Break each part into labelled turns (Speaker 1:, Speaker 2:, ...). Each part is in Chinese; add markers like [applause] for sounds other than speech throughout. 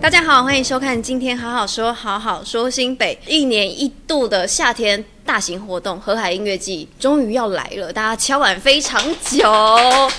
Speaker 1: 大家好，欢迎收看今天好好说好好说新北一年一度的夏天大型活动——河海音乐季终于要来了，大家敲碗非常久。 [laughs]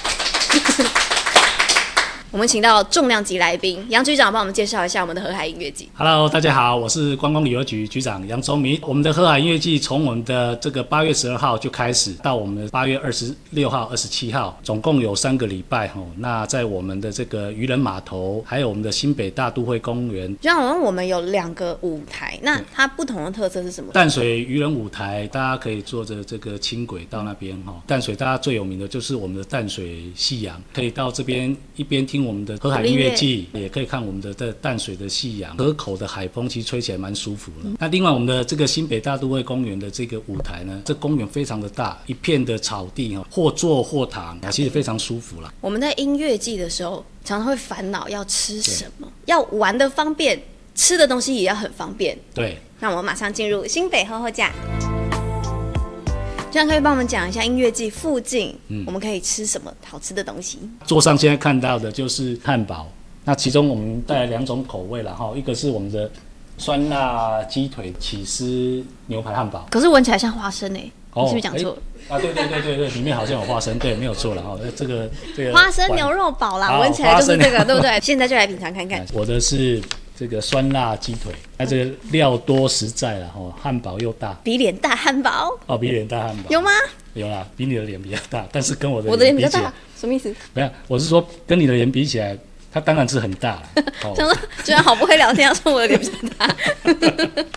Speaker 1: 我们请到重量级来宾杨局长帮我们介绍一下我们的河海音乐季。
Speaker 2: Hello，大家好，我是观光旅游局局长杨宗明。我们的河海音乐季从我们的这个八月十二号就开始，到我们的八月二十六号、二十七号，总共有三个礼拜吼。那在我们的这个渔人码头，还有我们的新北大都会公园、
Speaker 1: 就像我们有两个舞台，那它不同的特色是什么？
Speaker 2: 淡水渔人舞台，大家可以坐着这个轻轨到那边哈。淡水大家最有名的就是我们的淡水夕阳，可以到这边一边听我们的河海音乐季，也可以看我们的这淡水的夕阳，河口的海风其实吹起来蛮舒服的。那另外我们的这个新北大都会公园的这个舞台呢，这公园非常的大，一片的草地哈，或坐或躺，其实非常舒服啦。
Speaker 1: 我们在音乐季的时候，常常会烦恼要吃什么，要玩的方便，吃的东西也要很方便。
Speaker 2: 对，
Speaker 1: 那我们马上进入新北厚厚价。这样可以帮我们讲一下音乐季附近，
Speaker 2: 嗯
Speaker 1: 我们可以吃什么好吃的东西？
Speaker 2: 桌上现在看到的就是汉堡，那其中我们带来两种口味了哈，一个是我们的酸辣鸡腿起司牛排汉堡，
Speaker 1: 可是闻起来像花生诶、你是不是讲错了？
Speaker 2: 哎啊，对对对对对，里面好像有花生，对，没有错了哈，那这个这个
Speaker 1: 花生牛肉堡啦，
Speaker 2: 好
Speaker 1: 闻起来就是这
Speaker 2: 啊哦花
Speaker 1: 个，
Speaker 2: 生哎
Speaker 1: 对不
Speaker 2: [laughs]
Speaker 1: 对？现在就来品尝看看。
Speaker 2: 我的是这个酸辣鸡腿，那这个料多实在了哈，汉堡又大，
Speaker 1: 比脸大汉堡
Speaker 2: 哦，比脸大汉堡
Speaker 1: 有吗？
Speaker 2: 有啦，比你的脸比较大，但是跟我的
Speaker 1: 我的脸比较
Speaker 2: 起来
Speaker 1: 大，什么意思？
Speaker 2: 没有，我是说跟你的脸比起来，它当然是很大
Speaker 1: [laughs]
Speaker 2: 了。哦
Speaker 1: 想说居然好不会聊天，要说我的脸比较大。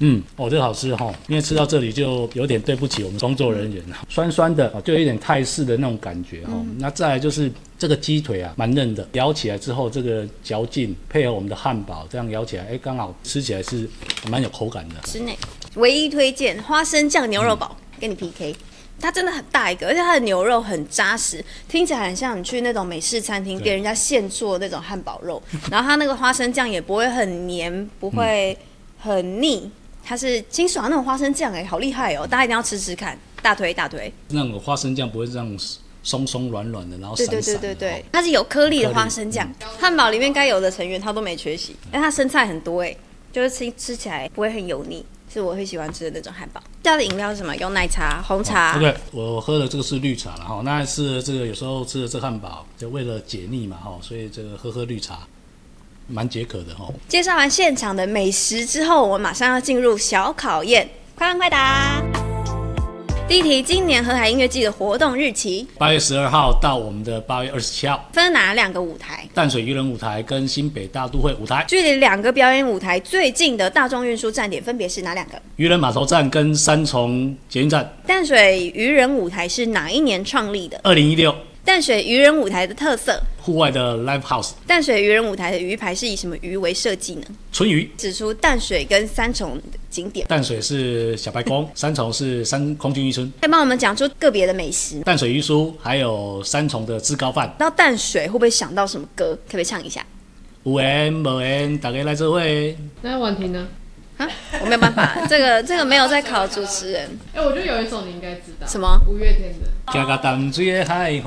Speaker 2: 嗯，哦，这个好吃哈、因为吃到这里就有点对不起我们工作人员了，酸酸的，哦就有一点泰式的那种感觉哈、
Speaker 1: 嗯
Speaker 2: 那再来就是这个鸡腿啊，蛮嫩的，咬起来之后这个嚼劲配合我们的汉堡，这样咬起来，哎，刚好吃起来是蛮有口感的。
Speaker 1: 之内唯一推荐花生酱牛肉堡，跟你 PK。它真的很大一个，而且它的牛肉很扎实，听起来很像你去那种美式餐厅店人家现做那种汉堡肉。 [laughs] 然后它那个花生酱也不会很黏，不会很腻，它是清爽的那种花生酱，哎，好厉害哦！大家一定要吃吃看，大推大推。
Speaker 2: 那种花生酱不会这样松松软软的，然后
Speaker 1: 对
Speaker 2: 散
Speaker 1: 对
Speaker 2: 散的。
Speaker 1: 对对对
Speaker 2: 哦，
Speaker 1: 它是有颗粒的花生酱，汉堡里面该有的成员它都没缺席，但它生菜很多哎，就是吃吃起来不会很油腻，是我会喜欢吃的那种汉堡。它的饮料是什么？有奶茶、红茶。
Speaker 2: 这个我喝的这个是绿茶了哈，那吃了这个有时候吃了这汉堡，就为了解腻嘛哈，所以这个喝喝绿茶，蛮解渴的哈。
Speaker 1: 介绍完现场的美食之后，我们马上要进入小考验，快问快答。第一题，今年河海音乐季的活动日期
Speaker 2: 八月十二号到我们的八月二十七号，
Speaker 1: 分哪两个舞台？
Speaker 2: 淡水渔人舞台跟新北大都会舞台，
Speaker 1: 距离两个表演舞台最近的大众运输站点分别是哪两个？
Speaker 2: 渔人码头站跟三重捷运站。
Speaker 1: 淡水渔人舞台是哪一年创立的？
Speaker 2: 二零一六
Speaker 1: 淡水渔人舞台的特色，
Speaker 2: 户外的 live house
Speaker 1: 淡水渔人舞台的鱼排是以什么鱼为设计呢？
Speaker 2: 春鱼，
Speaker 1: 指出淡水跟三重景点，
Speaker 2: 淡水是小白宫，三重是三空军一村，
Speaker 1: 再帮我们讲出个别的美食。
Speaker 2: 淡水鱼酥还有三重的自高饭。
Speaker 1: 到淡水会不会想到什么歌？可不可以唱一下？
Speaker 2: 有缘无缘，大家来这位。
Speaker 3: 那婉婷呢？
Speaker 1: 啊，我没有办法，这个这个没有在考主持人。
Speaker 3: 哎、我觉得有一首你应该知道，
Speaker 1: 什么？
Speaker 3: 五月天的。
Speaker 2: 行到淡水的海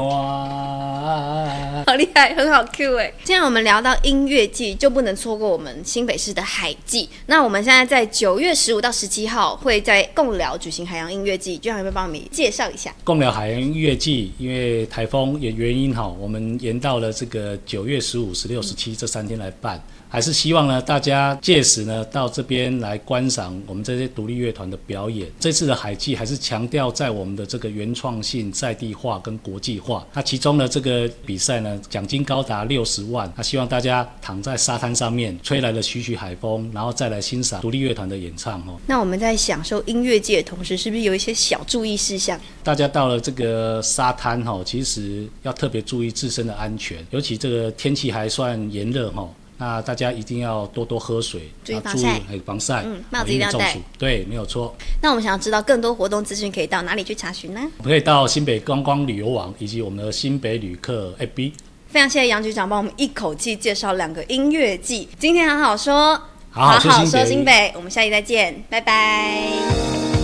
Speaker 2: 岸，
Speaker 1: 好厉害，很好 Q 哎、既然我们聊到音乐季，就不能错过我们新北市的海季。那我们现在在九月十五到十七号会在贡寮举行海洋音乐季，就让有没有帮我们介绍一下？
Speaker 2: 共寮海洋音乐季，因为台风也原因哈，我们延到了这个九月十五、十六、十七这三天来办，还是希望呢大家届时呢到这边来观赏我们这些独立乐团的表演。这次的海季还是强调在我们的这个原创性、在地化跟国际化。那其中呢这个比赛呢奖金高达六十万，那希望大家躺在沙滩上面，吹来了徐徐海风，然后再来欣赏独立乐团的演唱哦。
Speaker 1: 那我们在享受音乐季的同时，是不是有一些小注意事项？
Speaker 2: 大家到了这个沙滩哈，其实要特别注意自身的安全，尤其这个天气还算炎热哈。那大家一定要多多喝水，
Speaker 1: 注意防
Speaker 2: 啊
Speaker 1: 晒
Speaker 2: 还有防晒，
Speaker 1: 嗯帽子
Speaker 2: 啊
Speaker 1: 一定要
Speaker 2: 因为中
Speaker 1: 戴
Speaker 2: 暑。对，没有错。
Speaker 1: 那我们想要知道更多活动资讯，可以到哪里去查询呢？
Speaker 2: 我们可以到新北观光旅游网以及我们的新北旅客 APP。
Speaker 1: 非常谢谢杨局长帮我们一口气介绍两个音乐季。今天好好说，
Speaker 2: 好好说
Speaker 1: 好说
Speaker 2: 新北
Speaker 1: 新北，我们下期再见，拜拜。